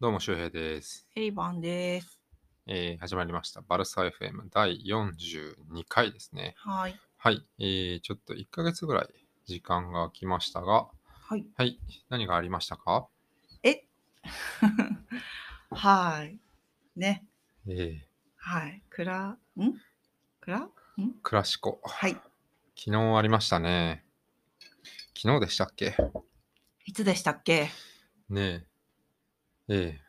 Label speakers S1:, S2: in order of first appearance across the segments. S1: どうも、周平です。
S2: ヘリバンです。
S1: えー始まりました。バルサ FM 第42回ですね。
S2: はい。
S1: はい、えーちょっと1ヶ月ぐらい時間が空きましたが、
S2: はい。
S1: はい、何がありましたか
S2: えはい。ね。
S1: えー
S2: はい。くら、んくら
S1: クラシコ。
S2: はい。
S1: 昨日ありましたね。昨日でしたっけ
S2: いつでしたっけ
S1: ねえ。えー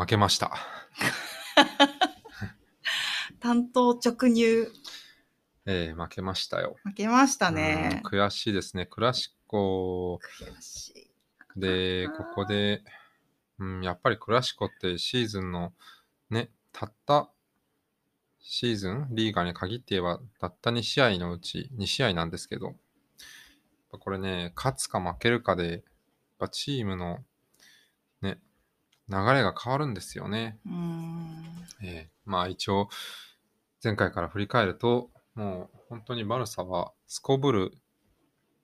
S1: 負けました。
S2: 担当直入。
S1: えー負けましたよ。
S2: 負けました
S1: うん
S2: ね。
S1: 悔しいですね。クラシコ
S2: 悔しい。
S1: で、ここで、うん、やっぱりクラシコってシーズンのね、たったシーズン、リーガに限って言えば、たった2試合のうち2試合なんですけど、やっぱこれね、勝つか負けるかで、やっぱチームのね、流れが変わるんですよね。
S2: うーん。
S1: ええまあ一応、前回から振り返ると、もう本当にバルサはすこぶる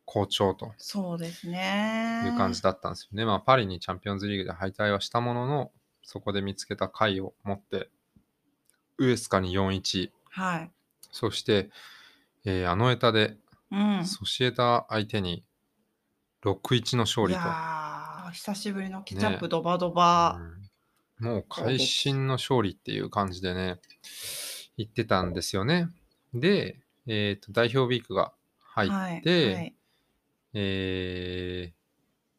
S1: 好調と
S2: そうですね。
S1: いう感じだったんですよね。まあ、パリにチャンピオンズリーグで敗退はしたものの、そこで見つけた回を持って、ウエスカに4-1、
S2: はい。
S1: そして、えーあのエタで
S2: うん。
S1: ソシエタ相手に6-1の勝
S2: い
S1: 利と、
S2: やー、久しぶりのケチャップ
S1: ね
S2: ドバドバ。
S1: うんもう会心の勝利っていう感じでね、言ってたんですよね。で、えーと代表ウィークが入って、
S2: はい。はい
S1: えー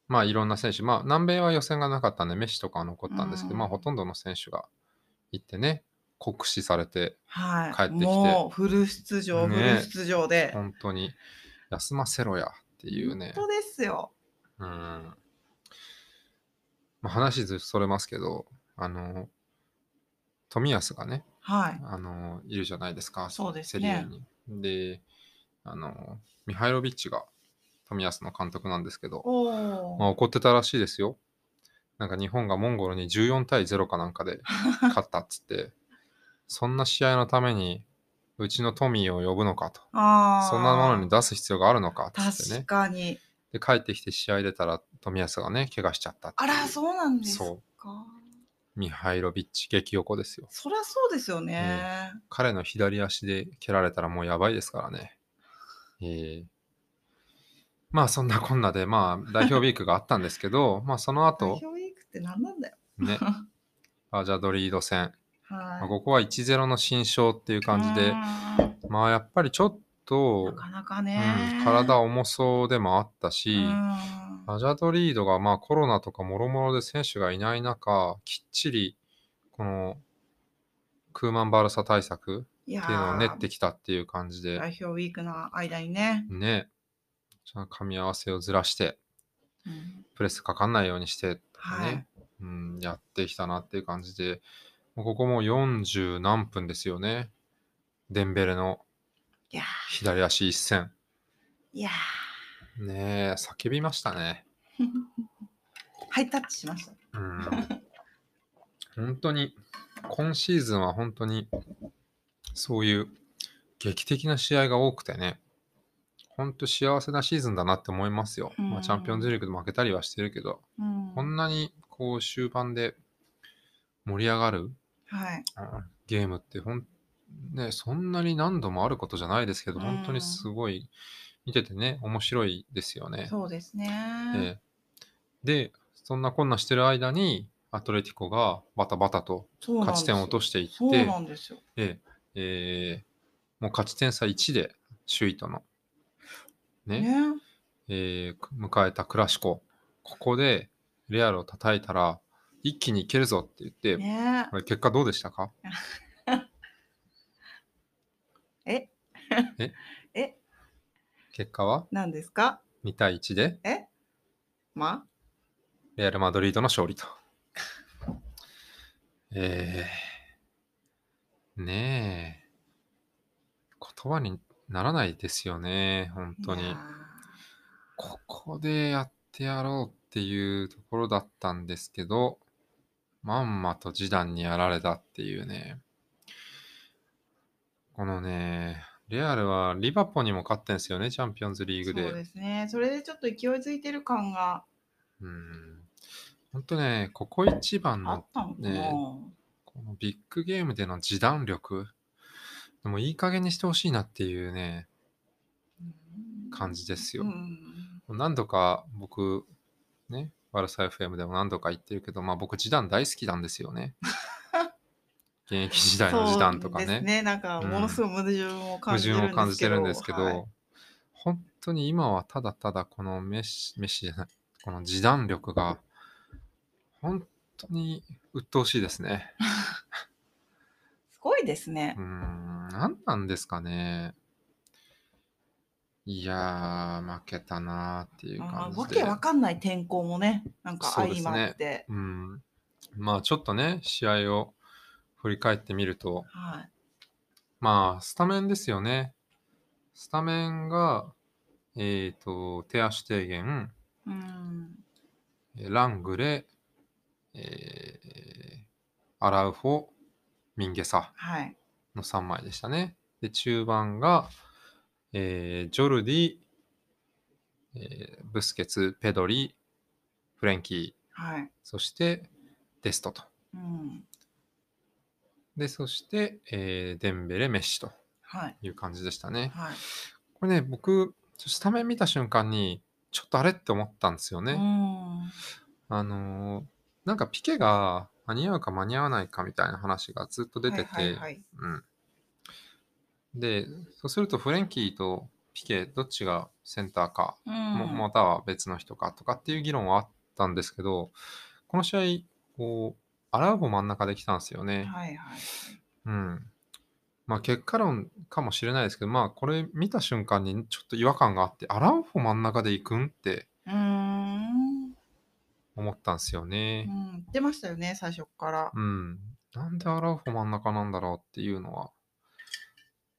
S1: まあいろんな選手、まあ南米は予選がなかったんで、メッシとかは残ったんですけど、
S2: うん
S1: まあほとんどの選手が行ってね、酷使されて、
S2: はい。
S1: 帰ってきて
S2: もうフル出場、
S1: ね
S2: フル出場で。
S1: 本当に休ませろやっていうね、
S2: 本当ですよ。
S1: うん。まあ、話ずっとそれますけど、あの、冨安がね、
S2: はい。
S1: あの、いるじゃないですか、
S2: そうです
S1: セリエ
S2: ね。
S1: に。で、あの、ミハイロビッチが冨安の監督なんですけど、
S2: お
S1: まあ、
S2: お。
S1: 怒ってたらしいですよ。なんか日本がモンゴルに14対0かなんか で勝ったっつって、そんな試合のためにうちのトミーを呼ぶのかと、
S2: ああ。
S1: そんなものに出す必要があるのかっつって
S2: 確
S1: ね。
S2: かに。
S1: で、帰ってきて試合出たら冨安がね、怪我しちゃったっていう
S2: あら、そうなんですか
S1: そ。う、ミハイロビッチ激横ですよ。
S2: そりゃそうですよね。
S1: 彼の左足で蹴られたらもうやばいですからね。えーまあそんなこんなで、まあ代表ウィークがあったんですけど、まあその
S2: 代
S1: 後
S2: 表、ウィークって何なんだよ。
S1: ね、バジャドリード戦、まあ
S2: はい。
S1: ここは1-0の新勝っていう感じ
S2: う
S1: で、
S2: ーん
S1: まあやっぱりちょっと
S2: な、かなか
S1: う
S2: ね。
S1: ん、体重そうでもあった
S2: う
S1: し、
S2: ん
S1: バジャドリードがまあコロナとかもろもろで選手がいない中、きっちりこのクーマンバルサ対策
S2: いや
S1: っていうのを
S2: ー
S1: 練ってきたっていう感じで、
S2: 代表ウィークの間にね。
S1: ね、じゃあ噛み合わせをずらして、
S2: うん
S1: プレスかかんないようにしてとかね、
S2: はい
S1: うん、やってきたなっていう感じで、もうここもう40何分ですよね。デンベレの
S2: いやー
S1: 左足一戦。
S2: いや
S1: ねえ、叫びましたね。
S2: ーハイタッチしました。
S1: うん。本当に、今シーズンは本当に、そういう劇的な試合が多くてね、本当幸せなシーズンだなって思いますよ。ま
S2: う
S1: あ、
S2: ん
S1: チャンピオンズリーグで負けたりはしてるけど、
S2: うん
S1: こんなにこう終盤で盛り上がる
S2: はい。
S1: ゲームってほん、ね、そんなに何度もあることじゃないですけど、
S2: うん
S1: 本当にすごい見ててね、面白いですよね。
S2: そうですね。
S1: ええで、そんなこんなしてる間に、アトレティコがバタバタと勝ち点を落と
S2: し
S1: していって、
S2: そうなんですよ。
S1: ええええもう勝ち点差1で首位との、ね
S2: ね。
S1: えー迎えたクラシコ、ここでレアルを叩いたら一気にいけるぞって言って、
S2: ね
S1: これ結果どうでしたか
S2: え
S1: え
S2: え
S1: 結果は
S2: 何ですか
S1: 2対1で
S2: えま
S1: レアル・マドリードの勝利と。えー、ねえ、言葉にならないですよね、本当
S2: い
S1: に
S2: や。
S1: ここでやってやろうっていうところだったんですけど、まんまと示談にやられたっていうね。このね、レアルはリバポにも勝ってんですよね、チャンピオンズリー
S2: ー
S1: グ
S2: そう
S1: で。
S2: ですね。それでちょっと勢いづいてる感が。
S1: うん本当ね、ここ一番
S2: あ
S1: の
S2: ったのかな、
S1: ねこのビッグゲームでの示談力、でもいい加減にしてほしいなっていうね、
S2: うん
S1: 感じですよ
S2: うんうんうん
S1: 何度か僕、ね、ワルサ FM でも何度か言ってるけど、まあ僕、示談大好きなんですよ ね。現役時代の示談とか
S2: そうです
S1: ね、
S2: ね。なんか、
S1: うん
S2: ものすごい矛盾を
S1: 矛
S2: 感じ
S1: 盾
S2: る
S1: を感じてるんですけど、
S2: はい
S1: 本当に今はただただこのメッシ、メッシじゃない、この示談力が、本当に鬱陶しいですね。
S2: すごいですね
S1: うー。ん、何なんですかね。いやー、負けたなーっていう
S2: あ
S1: 感
S2: ー
S1: じ
S2: わ
S1: で。
S2: けわかんない天候もね、なんか
S1: そうです
S2: 相
S1: ね
S2: まって。
S1: うん。まあちょっとね、試合を振り返ってみると、
S2: はい。
S1: まあスタメンですよね。スタメンが、えっ、と、手足提言、
S2: うん。
S1: えーラングレ、えーアラウフォ、ミンゲサ。
S2: はい。
S1: の3枚でしたね。で、中盤が、えージョルディ、えーブスケツ、ペドリ、フレンキー、
S2: はい。
S1: そしてデストと。
S2: うん。
S1: で、そして、えーデンベレ、メッシと
S2: はい。
S1: いう感じでしたね。
S2: はい。
S1: これね、僕、スタメン見た瞬間に、ちょっとあれって思ったんですよ
S2: う
S1: ね。
S2: ん。
S1: あのーなんかピケが間に合うか間に合わないかみたいな話がずっと出てて、
S2: はいはいはい
S1: うん。で、そうするとフレンキーとピケ、どっちがセンターか、
S2: うん
S1: もまたは別の人かとかっていう議論はあったんですけど、この試合、こう、アラウボ真ん中できたんですよね。
S2: はいはい。
S1: うん。まあ結果論かもしれないですけど、まあこれ見た瞬間にちょっと違和感があって、アラウボ真ん中で行くんって
S2: うーん。
S1: 思ったんですよ
S2: う
S1: ね。
S2: ん。出ましたよね、最初から。
S1: うん。なんでアラウボ真ん中なんだろうっていうのは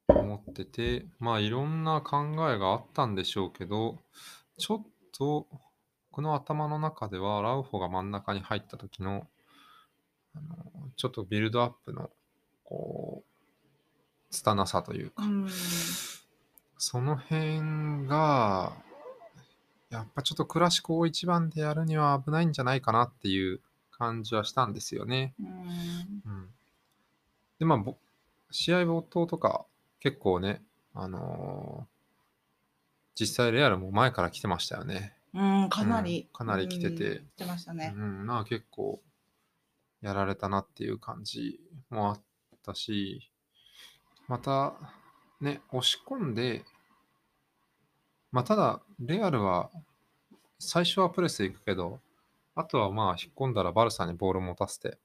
S1: 思ってて、まあいろんな考えがあったんでしょうけど、ちょっと僕の頭の中ではラウフォが真ん中に入った時の、あのちょっとビルドアップの、こう、拙さという
S2: う
S1: か、
S2: ん。
S1: その辺が、やっぱちょっとクラシコを一番でやるには危ないんじゃないかなっていう感じはしたんですよね。
S2: うん。
S1: うんで、まあ、ぼ試合冒頭とか、結構ね、あのー実際レアルも前から来てましたよね。
S2: うん、かなり、
S1: うんかなり来てて
S2: うん来てましたね。
S1: うん、まあ結構、やられたなっていう感じもあったし、また、ね、押し込んで、まあただ、レアルは、最初はプレス行くけど、あとはまあ引っ込んだらバルサにボール持たせて、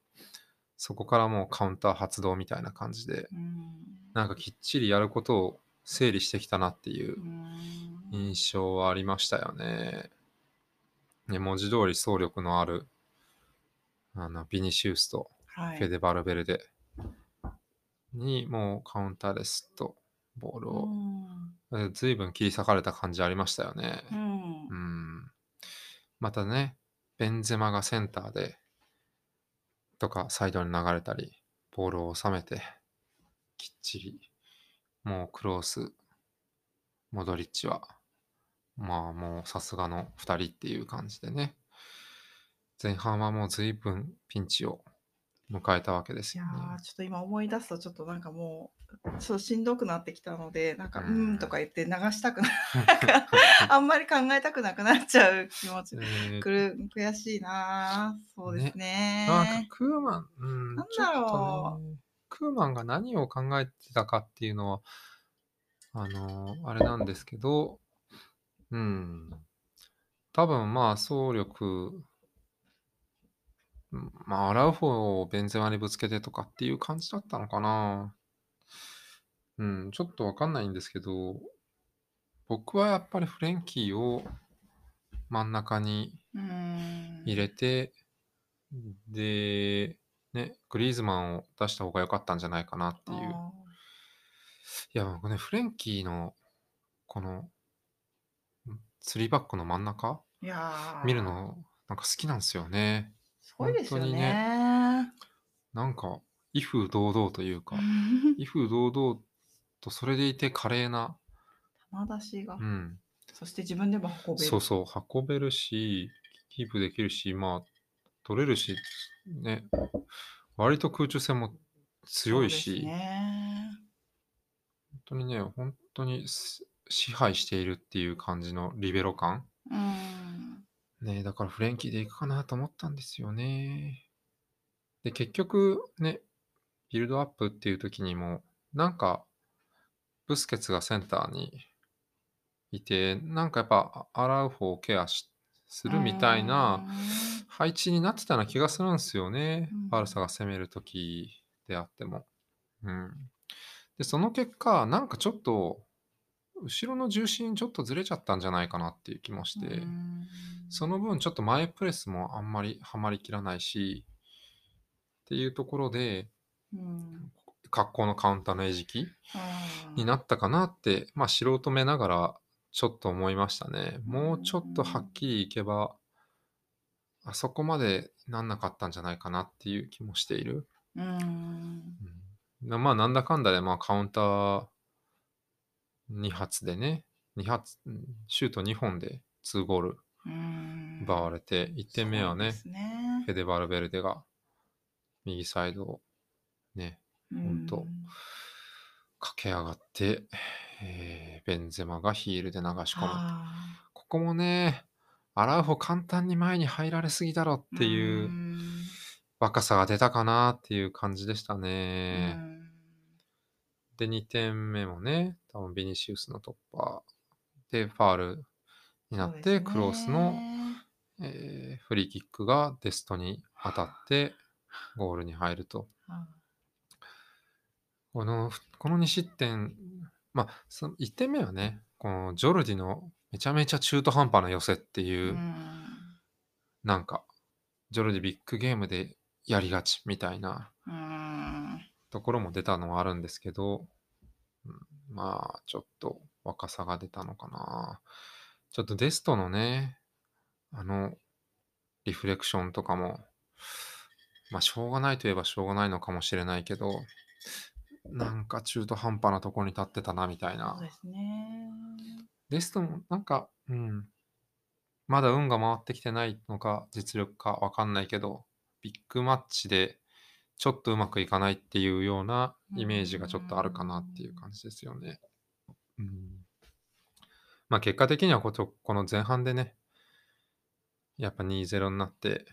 S1: そこからもうカウンター発動みたいな感じで、
S2: うん。
S1: なんかきっちりやることを整理してきたなっていう
S2: うん
S1: 印象はありましたよね。ね文字通り総力のあるあのビニシウスと
S2: は
S1: フェ
S2: い。
S1: デバルベルデにもうカウンターですっとボール
S2: う
S1: を
S2: ん。
S1: え随分切り裂かれた感じありましたよね。
S2: うん
S1: う。ん。またね、ベンゼマがセンターでとかサイドに流れたり、ボールを収めて、きっちり、もうクロース、モドリッチは、まあもうさすがの2人っていう感じでね、前半はもう随分ピンチを迎えたわけです
S2: いや
S1: よね。
S2: ーちょっと今思い出すとちょっとなんかもうちょっとしんどくなってきたのでなんか「う
S1: うん
S2: ん」とか言って流したくな あんまり考えたくなくなっちゃう気持ち
S1: え ー
S2: くる悔しいなーそうですね
S1: なんかクーマン、うん、
S2: なん
S1: ちょっ
S2: だ
S1: と
S2: ろう
S1: ね、クーマンが何を考えてたかっていうのは、あのーあれなんですけど、うん、多分まあ、総力、うんまあ、アラウフォーをベンゼマにぶつけてとかっていう感じだったのかな。うん、ちょっとわかんないんですけど、僕はやっぱりフレンキーを真ん中に
S2: うーん
S1: 入れて、で、ね、グリーズマンを出した方が良かったんじゃないかなっていう。い
S2: あ
S1: や、僕ね、フレンキーの、この、3バックの真ん中
S2: ーいやー
S1: 見るの、なんか好きなんですよね。
S2: すごいですよね
S1: なんか、威風堂々というか、
S2: うん
S1: 威風堂々と、それでいて華麗な、
S2: 玉出しが、
S1: うん、
S2: そして自分でも運べる
S1: そうそう、運べるし、キープできるし、まあ、取れるし、ね、割と空中戦も強い
S2: そうで
S1: し、
S2: すね
S1: 本当にね、本当にす支配しているっていう感じのリベロ感。
S2: うん
S1: ね、だからフレンキーで行くかなと思ったんですよね。で、結局ね、ビルドアップっていう時にも、なんか、ブスケツがセンターにいて、なんかやっぱ、あ洗う方をケアしするみたいな配置になってたような気がするんですよね
S2: うん。
S1: バルサが攻める時であっても。うん。で、その結果、なんかちょっと、後ろの重心ちょっとずれちゃったんじゃないかなっていう気もして。
S2: うん
S1: その分ちょっと前プレスもあんまりはまりきらないし、っていうところで、
S2: うん
S1: 格好のカウンターの餌食
S2: あー
S1: になったかなって、まあ素人目ながらちょっと思いましたね。もうちょっとはっきりいけば、あそこまでなんなかったんじゃないかなっていう気もしている。
S2: うん
S1: うん、なまあなんだかんだでまあカウンター2発でね、2発、うんシュート2本で2ゴール
S2: うん
S1: 奪われて、1点目はね、
S2: そうですね
S1: フェデバルベルデが右サイドをね、本当
S2: うん
S1: 駆け上がって、えーベンゼマがヒールで流し込む。
S2: あ
S1: ここもね、アラウホ簡単に前に入られすぎだろ
S2: ー
S1: っていううん若さが出たかなっていう感じでしたね。で、2点目もね、多分ビニシウスの突破でファールになって、クロースの、えーフリーキックがデストに当たってゴールに入ると。この、ふこの2失点、まあ、その1点目はね、このジョルディのめちゃめちゃ中途半端な寄せっていう、なんか、ジョルディビッグゲームでやりがちみたいなところも出たのはあるんですけど、うんまあ、ちょっと若さが出たのかな。ちょっとデストのね、あの、リフレクションとかも、まあ、しょうがないといえばしょうがないのかもしれないけど、なんか中途半端なとこに立ってたな、みたいな
S2: そう。ですね。
S1: デストも、なんか、うん、まだ運が回ってきてないのか、実力かわかんないけど、ビッグマッチでちょっとうまくいかないっていうようなイメージがちょっとあるかなっていう感じですよね。うん。まあ結果的にはこと、この前半でね、やっぱ2-0になって、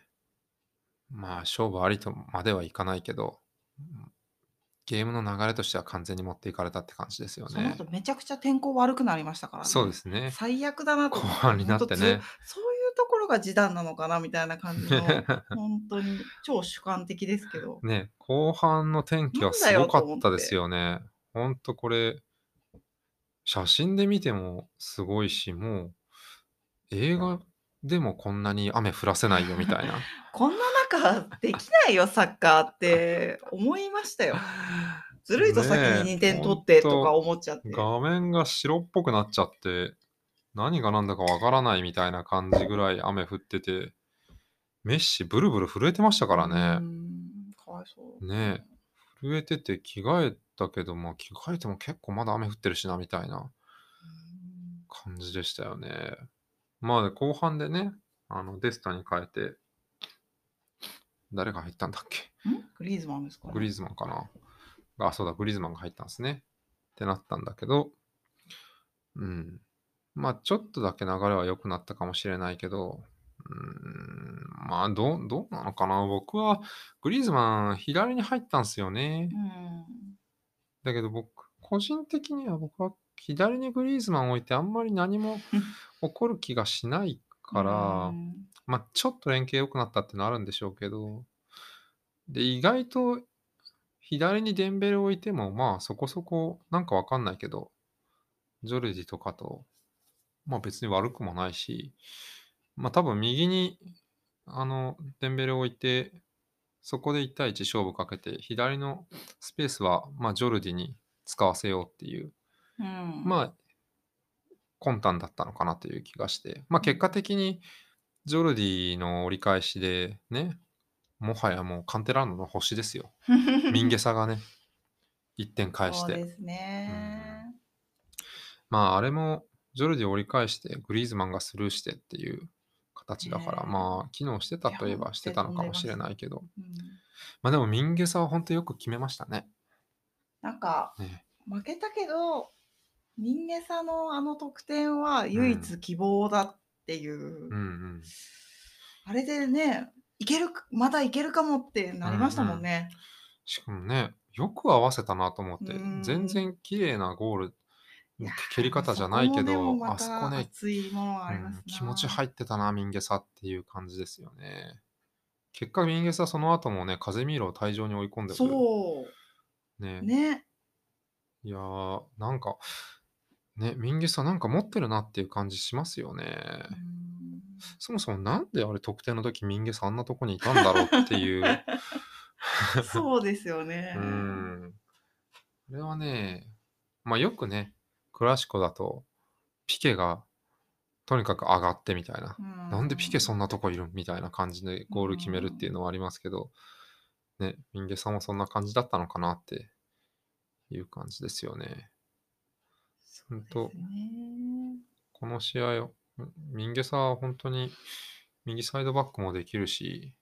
S1: まあ勝負ありとまではいかないけど、うんゲームの流れとしては完全に持っていかれたって感じですよ
S2: その
S1: ね
S2: 後。めちゃくちゃ天候悪くなりましたからね。
S1: そうですね。
S2: 最悪だなと
S1: 後
S2: 思って。
S1: 半になって
S2: ほん
S1: ね
S2: と。ず。そういうところが示談なのかなみたいな感じの、 本当に超主観的ですけど。
S1: ね、後半の天気はすごかったですよね。ほんとこれ、写真で見てもすごいし、もう映画でもこんなに雨降らせないよみた いな。
S2: こんな中できないよ、サッカーって思いましたよ。ずるいぞ、
S1: ねえ
S2: 先に2点取ってとか思っちゃって。
S1: 画面が白っぽくなっちゃって、何が何だかわからないみたいな感じぐらい雨降ってて、メッシブルブル震えてましたから
S2: う
S1: ね。
S2: ん。かわいそう。
S1: ね震えてて着替えたけども、着替えても結構まだ雨降ってるしなみたいな。感じでしたよね。まあ、で後半でね、あのデスタに変えて、誰が入ったんだっけ
S2: うん。んグリーズマンですか、ね、
S1: グリーズマンかなあ、そうだ、グリーズマンが入ったんですね。ってなったんだけど、うん。まあ、ちょっとだけ流れは良くなったかもしれないけど、うーん、まあ、どう、どうなのかな僕は、グリーズマン、左に入ったんですよね。
S2: うん
S1: だけど僕、個人的には僕は左にグリーズマンを置いてあんまり何も起こる気がしないから、
S2: うん
S1: まあちょっと連携良くなったってのあるんでしょうけど、で、意外と左にデンベルを置いても、まあそこそこなんかわかんないけど、ジョルジとかと、まあ別に悪くもないし、まあ多分右にあのデンベルを置いて、そこで1対1勝負かけて、左のスペースはまあジョルディに使わせようっていう
S2: うん、
S1: まあ、魂胆だったのかなという気がして、まあ、結果的にジョルディの折り返しでね、もはやもうカンテラーノの星ですよ。 ミンゲサがね、1点返し
S2: そう
S1: て。
S2: ですね。
S1: まあ、あれもジョルディ折り返して、グリーズマンがスルーしてっていう形だから、
S2: ねえ
S1: まあ、機能してたといえ
S2: いや
S1: ばしてたのかもしれないけど、
S2: うん
S1: まあでも、ミンゲサは本当よく決めましたね。
S2: なんか、
S1: ね
S2: 負けたけど、人間さんのあの得点は唯一希望だっていう、
S1: うんうん。
S2: あれでね、いけるか、まだいけるかもってなりましたもんね。
S1: しかもね、よく合わせたなと思って
S2: うん、
S1: 全然綺麗なゴール
S2: いや、
S1: 蹴り方じゃないけ
S2: そこもで
S1: ど、
S2: もま
S1: あそこ
S2: た
S1: ね、
S2: 熱いものはありま
S1: う
S2: すなん
S1: 気持ち入ってたな、ミンゲサっていう感じですよね。結果、ミンゲサその後もね、カゼミーロを退場に追い込んでくる。
S2: そ
S1: ね
S2: う。ね。
S1: いやー、なんか、ね、ミンゲサなんか持ってるなっていう感じしますよね。
S2: うん
S1: そもそもなんであれ特定の時ミンゲサあんなとこにいたんだろうっていう。
S2: そうですよね。
S1: うん。これはね、まあよくね、クラシコだと、ピケがとにかく上がってみたいな
S2: う。ん
S1: なんでピケそんなとこいるんみたいな感じでゴール決めるっていうのはありますけど、ね、ミンゲさんもそんな感じだったのかなっていう感じですよね。
S2: そうですね
S1: この試合、ミンゲサは本当に右サイドバックもできるし、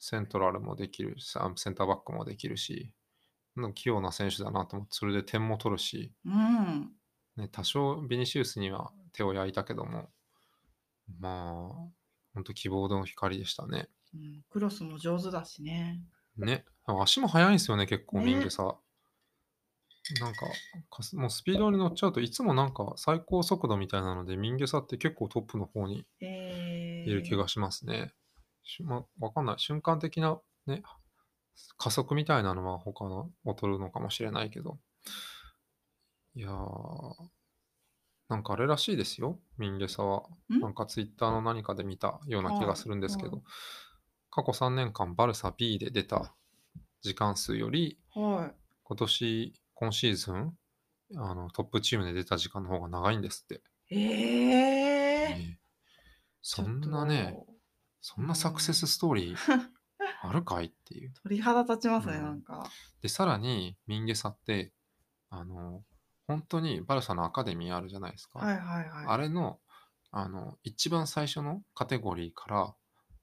S1: セントラルもできるし、あセンターバックもできるし、なんか器用な選手だなと思って、それで点も取るし、
S2: うん。
S1: ね、多少ビニシウスには手を焼いたけども、まあ、本当希望の光でしたね。
S2: うんクロスも上手だしね。
S1: ね、足も速いんですよね、結構
S2: ね
S1: ミンゲサ。なんかかす、もうスピードに乗っちゃうといつもなんか最高速度みたいなので、ミンゲサって結構トップの方に
S2: えー
S1: いる気がしますね。しまあ、わかんない。瞬間的な、ね、加速みたいなのは他の劣るのかもしれないけど。いやー、なんかあれらしいですよ。ミンゲサは。
S2: ん
S1: なんかツイッターの何かで見たような気がするんですけ
S2: はいは
S1: ど、過去3年間バルサ B で出た時間数より、
S2: は
S1: 今年、今シーズン、あのトップチームで出た時間の方が長いんですって。
S2: い。えー、
S1: ええそんなね、
S2: ちょっ
S1: そんなサクセスストー リーあるかいっていう。
S2: と鳥肌立ちますね、
S1: うん
S2: なんか。
S1: で、さらに、ミンゲサって、あの、本当にバルサのアカデミーあるじゃないですか。
S2: はいはいはい。
S1: あれの、あの、一番最初のカテゴリーから、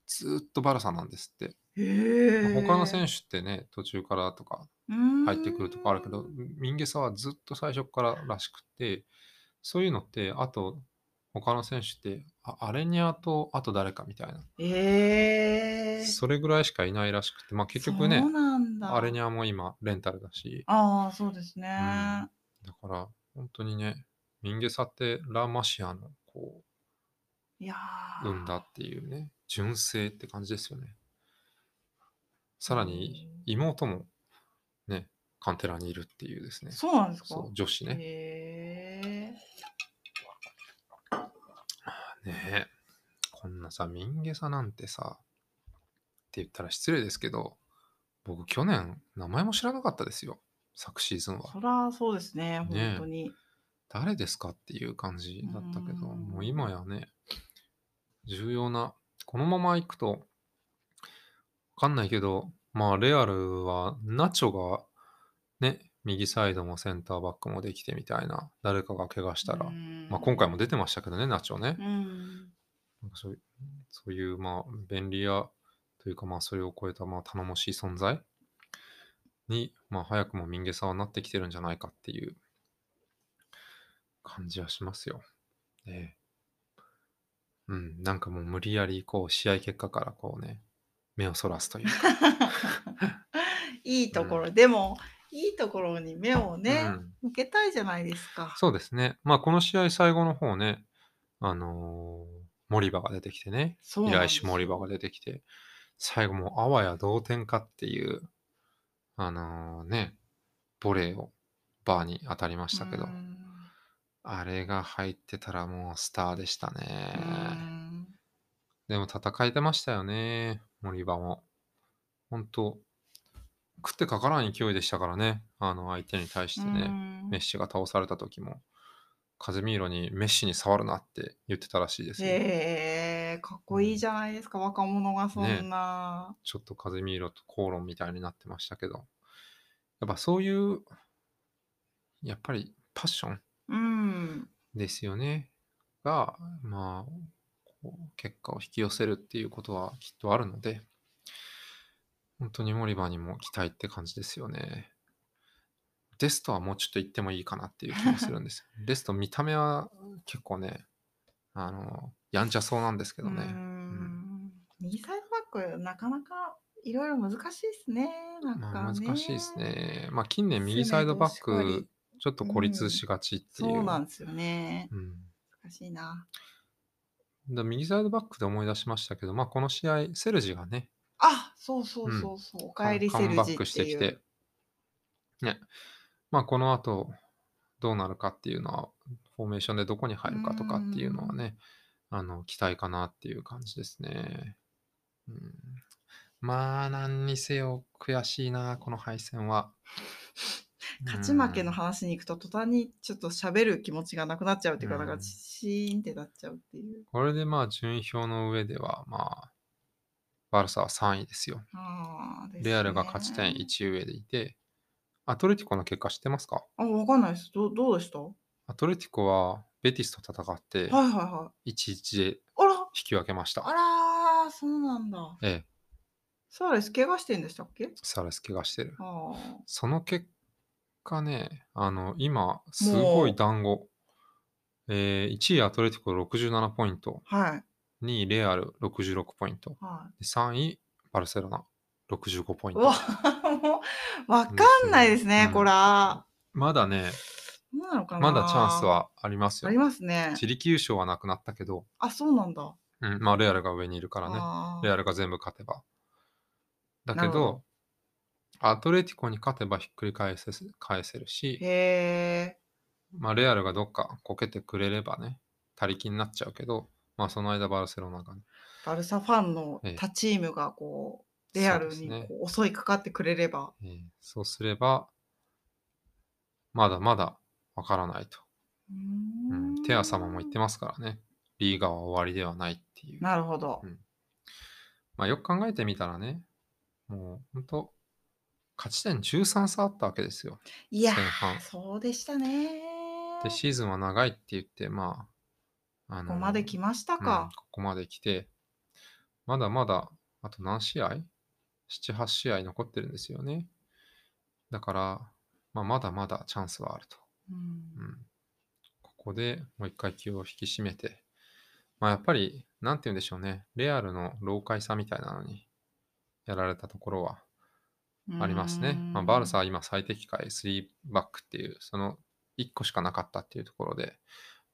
S1: ずーっとバルサなんですって。
S2: へー
S1: 他の選手ってね、途中からとか入ってくるとこあるけ
S2: う
S1: ど
S2: ーん、
S1: ミンゲサはずっと最初かららしくて、そういうのって、あと、他の選手って、あアレニアと、あと誰かみたいな。
S2: えー、
S1: それぐらいしかいないらしくて、まあ結局ね
S2: そう、なんだ
S1: アレニアも今、レンタルだし、
S2: ああ、そうですね。
S1: うんだから、本当にね、ミンゲサってラ・マシアの、こ
S2: いや
S1: う、産んだっていうね、純正って感じですよね。さらに、妹も、ね、カンテラにいるっていうですね
S2: ー、そうなんですか
S1: そう女子ね。
S2: へえ
S1: ねえこんなさ、ミンゲサなんてさ、って言ったら失礼ですけど、僕、去年、名前も知らなかったですよ、昨シーズンは
S2: そ。らそうですね、
S1: ね
S2: 本当に。
S1: 誰ですかっていう感じだったけど、
S2: うん
S1: もう今やね、重要な、このまま行くと、わかんないけど、まあ、レアルは、ナチョが、ね、右サイドもセンターバックもできてみたいな、誰かが怪我したら、まあ、今回も出てましたけどね、ナチョね。
S2: も。うん。
S1: なんかそういうそういう、まあ、便利屋というか、まあ、それを超えた、まあ、頼もしい存在に、まあ、早くも民芸さんはなってきてるんじゃないかっていう感じはしますよ。ねえうん、なんかもう無理やり、こう、試合結果から、こうね、目をそらすというか。
S2: いいところ、でも、いいところに目をね、
S1: うん
S2: 向けたいじゃないですか。
S1: そうですね。まあ、この試合最後の方ね、あのー森場が出てきてね、
S2: そ
S1: 依
S2: うなん
S1: 頼
S2: です
S1: し森場が出てきて、最後もうあわや同点かっていう、あのーね、ボレーをバーに当たりましたけど
S2: う、ん
S1: あれが入ってたらもうスターでした
S2: う
S1: ね。
S2: ん
S1: でも戦えてましたよね、森場も。本当食ってかからん勢いでしたからね、あの相手に対してね。
S2: うん
S1: メッシが倒された時も、カゼミーロにメッシに触るなって言ってたらしいですよ、
S2: へえかっこいいじゃないですか、若者がそんな。
S1: ちょっとカゼミーロと口論みたいになってましたけど、やっぱそういう、やっぱりパッション
S2: うん。
S1: ですよね、が、まあ、こう結果を引き寄せるっていうことはきっとあるので、本当にモリバーにも期待って感じですよね。デストはもうちょっと行ってもいいかなっていう気もするんです よ。デスト見た目は結構ね、あの、やんちゃそうなんですけど
S2: うー
S1: ね。
S2: ん右サイドバックなかなかいろいろ難しいですね。なんかね、
S1: まあ、難しいですね。まあ近年右サイドバッ
S2: 攻めとしっか
S1: ク
S2: り
S1: ちょっと孤立しがちっていう。
S2: そうなんですよね。
S1: うん
S2: 難しいな。
S1: だ右サイドバックで思い出しましたけど、まあ、この試合、セルジがね、
S2: あ、そうそうそうそう。おかえり
S1: カ
S2: セ
S1: ム
S2: ルジってい
S1: カムバッ
S2: う。
S1: クしてきて、ねまあ、この後どうなるかっていうのは、フォーメーションでどこに入るかとかっていうのはね、あの期待かなっていう感じですね。うん、まあ、何にせよ悔しいな、この敗戦は。
S2: 勝ち負けの
S1: うん
S2: 話に行くと途端にちょっと喋る気持ちがなくなっちゃうっていうか、
S1: うん
S2: なんかシーンってなっちゃうっていう。
S1: これでまあ、順位表の上では、まあ、バルサは3位ですよ。
S2: あーですね
S1: レアルが勝ち点。1上でいて、アトレティコの結果知ってますか
S2: あ、わかんないです。どうどうでしたは
S1: アトレティコはベティスと戦って
S2: いはいは
S1: 1-1で引
S2: い。あら
S1: き分けました。
S2: あらーそうなんだ。
S1: ええ、
S2: サーレス怪我してんでしたっけ
S1: サラス怪我してる。
S2: ああ。
S1: その結果ね、あの、今、すごい団子。えー、1位アトレティコ67ポイント、
S2: はい。
S1: 2位レアル66ポイント、
S2: は
S1: で3位バルセロナ65ポイ
S2: い、
S1: ン
S2: う
S1: ト
S2: わ。もうわかんないですね、
S1: うん
S2: これは。
S1: まだね、
S2: どうなのかな
S1: まだチャンスはあります
S2: あ
S1: よ
S2: り。ますね。
S1: 自力優勝はなくなったけど、
S2: あ、そうなんだ。
S1: うん、まあレアルが上にいるからね。
S2: あー
S1: レアルが全部勝てば。だけ
S2: な
S1: ど、
S2: るほど
S1: アトレティコに勝てばひっくり返せ返せるし、
S2: へえ。
S1: まあ、レアルがどっかこけてくれればね、他力になっちゃうけど、まあ、その間バルセロナがね、
S2: バルサファンの
S1: ええ
S2: 他チームがこう、レアル
S1: そう
S2: に
S1: ですね
S2: こう襲いかかってくれれば。
S1: えーそうすれば、まだまだわからないと。
S2: う
S1: うん
S2: ーん
S1: テア様も言ってますからね、リーガは終わりではないっていう。
S2: なるほど
S1: うん。まあ、よく考えてみたらね、もう本当、勝ち点13差あったわけですよ。
S2: いやー
S1: 前半
S2: そうでしたね。
S1: で、シーズンは長いって言って、まあ、あ
S2: ここまで来ました
S1: うん
S2: か。
S1: ここまで来て、まだまだ、あと何試合 ?7、8試合残ってるんですよね。だから、まあ、まだまだチャンスはあると。
S2: うん
S1: うん、ここでもう一回気を引き締めて、まあ、やっぱり、なんて言うんでしょうね、レアルの老快さみたいなのにやられたところはありますね。まあ、バルサ。は今最適解3バックっていう、その1個しかなかったっていうところで、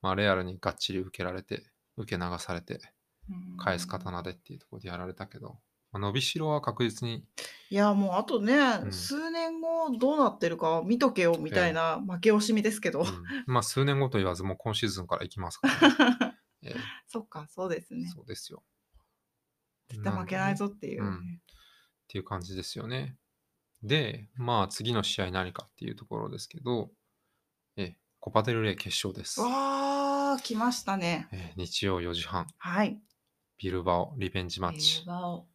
S1: まあ、レアルにがっちり受けられて、受け流されて、
S2: うん
S1: 返す刀でっていうところでやられたけど、まあ、伸びしろは確実に、
S2: いやもうあとね、
S1: ん
S2: 数年後どうなってるか見とけよみたいな負け惜しみですけど、
S1: うんまあ数年後と言わず、もう今シーズンから行きますからね、え
S2: そっかそうです
S1: え
S2: ね
S1: そうですよ。
S2: 絶対負けないぞっていう、
S1: なんでねっていう感じですよね。で、まあ次の試合何かっていうところですけど、ええコパデルレイ決勝です。
S2: わー来ましたね
S1: ええ日曜4時半、
S2: はい
S1: ビルバオリベンジマッチ
S2: ビル。バオ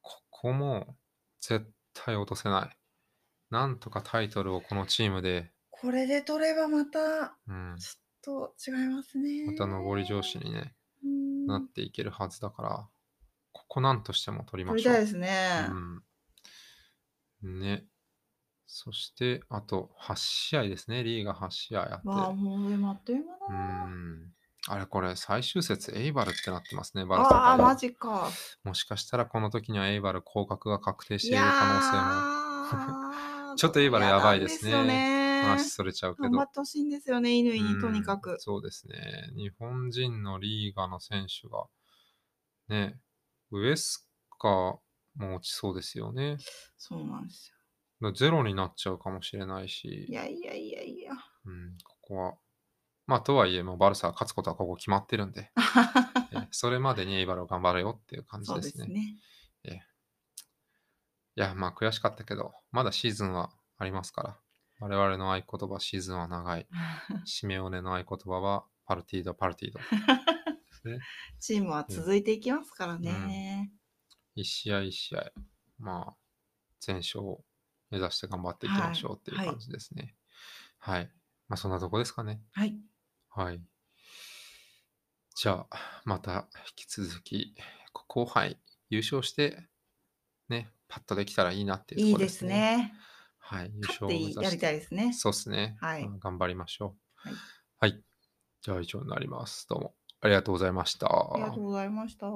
S1: ここも絶対落とせない。なんとかタイトルをこのチームで、
S2: これで取ればまた
S1: うん、
S2: ちょっと違いますね
S1: また上り調子にね、
S2: うん
S1: なっていけるはずだから、ここなんとしても取りま
S2: 取り
S1: しょう
S2: たい。ですね、
S1: うん、ね。そして、あと8試合ですね。リーが8試合あって。
S2: わあもうでもあっという間
S1: う
S2: だな、
S1: ん。あれこれ最終節エイバルってなってますね、バルサ
S2: ああ
S1: が
S2: マジか
S1: もしかしたらこの時にはエイバル降格が確定し
S2: い
S1: ている
S2: や
S1: 可
S2: ー
S1: ちょっとエイバルやばいですね
S2: 嫌
S1: 能性も
S2: な
S1: 話
S2: んですよね
S1: それちゃうけ
S2: 頑張
S1: ど
S2: っ。てほしいんですよね乾
S1: う
S2: に
S1: ん
S2: とにかく
S1: そうですね。日本人のリーガの選手が、ね、ウエスカも落ちそうですよね。
S2: そうなんですよ
S1: ゼロになっちゃうかもしれないし。
S2: いやいやいやいや
S1: うん、ここは。まあ、とはいえ、もうバルサは勝つことはここ決まってるんで、えーそれまでにエイバルを頑張れよっていう感じ
S2: そう
S1: で
S2: ですす
S1: ね。
S2: ね
S1: いや、まあ、悔しかったけど、まだシーズンはありますから、我々の合言葉、シーズンは長い。シメオネの合言葉は、パルティード、パルティード。
S2: チームは続いていきますからね、
S1: 一試合一試合、まあ、全勝を目指して頑張っていきましょうっていう
S2: はい
S1: 感じですね。はい。まあ、そんなとこですかね。
S2: はい
S1: はい。じゃあ、また引き続き、こ後輩優勝して、ね、パッとできたらいいなっていう
S2: い
S1: と
S2: い
S1: ころ
S2: です。ね。
S1: はい、優勝
S2: 勝
S1: を
S2: っ
S1: 目指
S2: てやり
S1: したて。
S2: いですね。
S1: そうですね。
S2: はい
S1: うん頑張りましょう。
S2: はい
S1: はい。じゃあ、以上になります。どうもありがとうございました。
S2: ありがとうございました。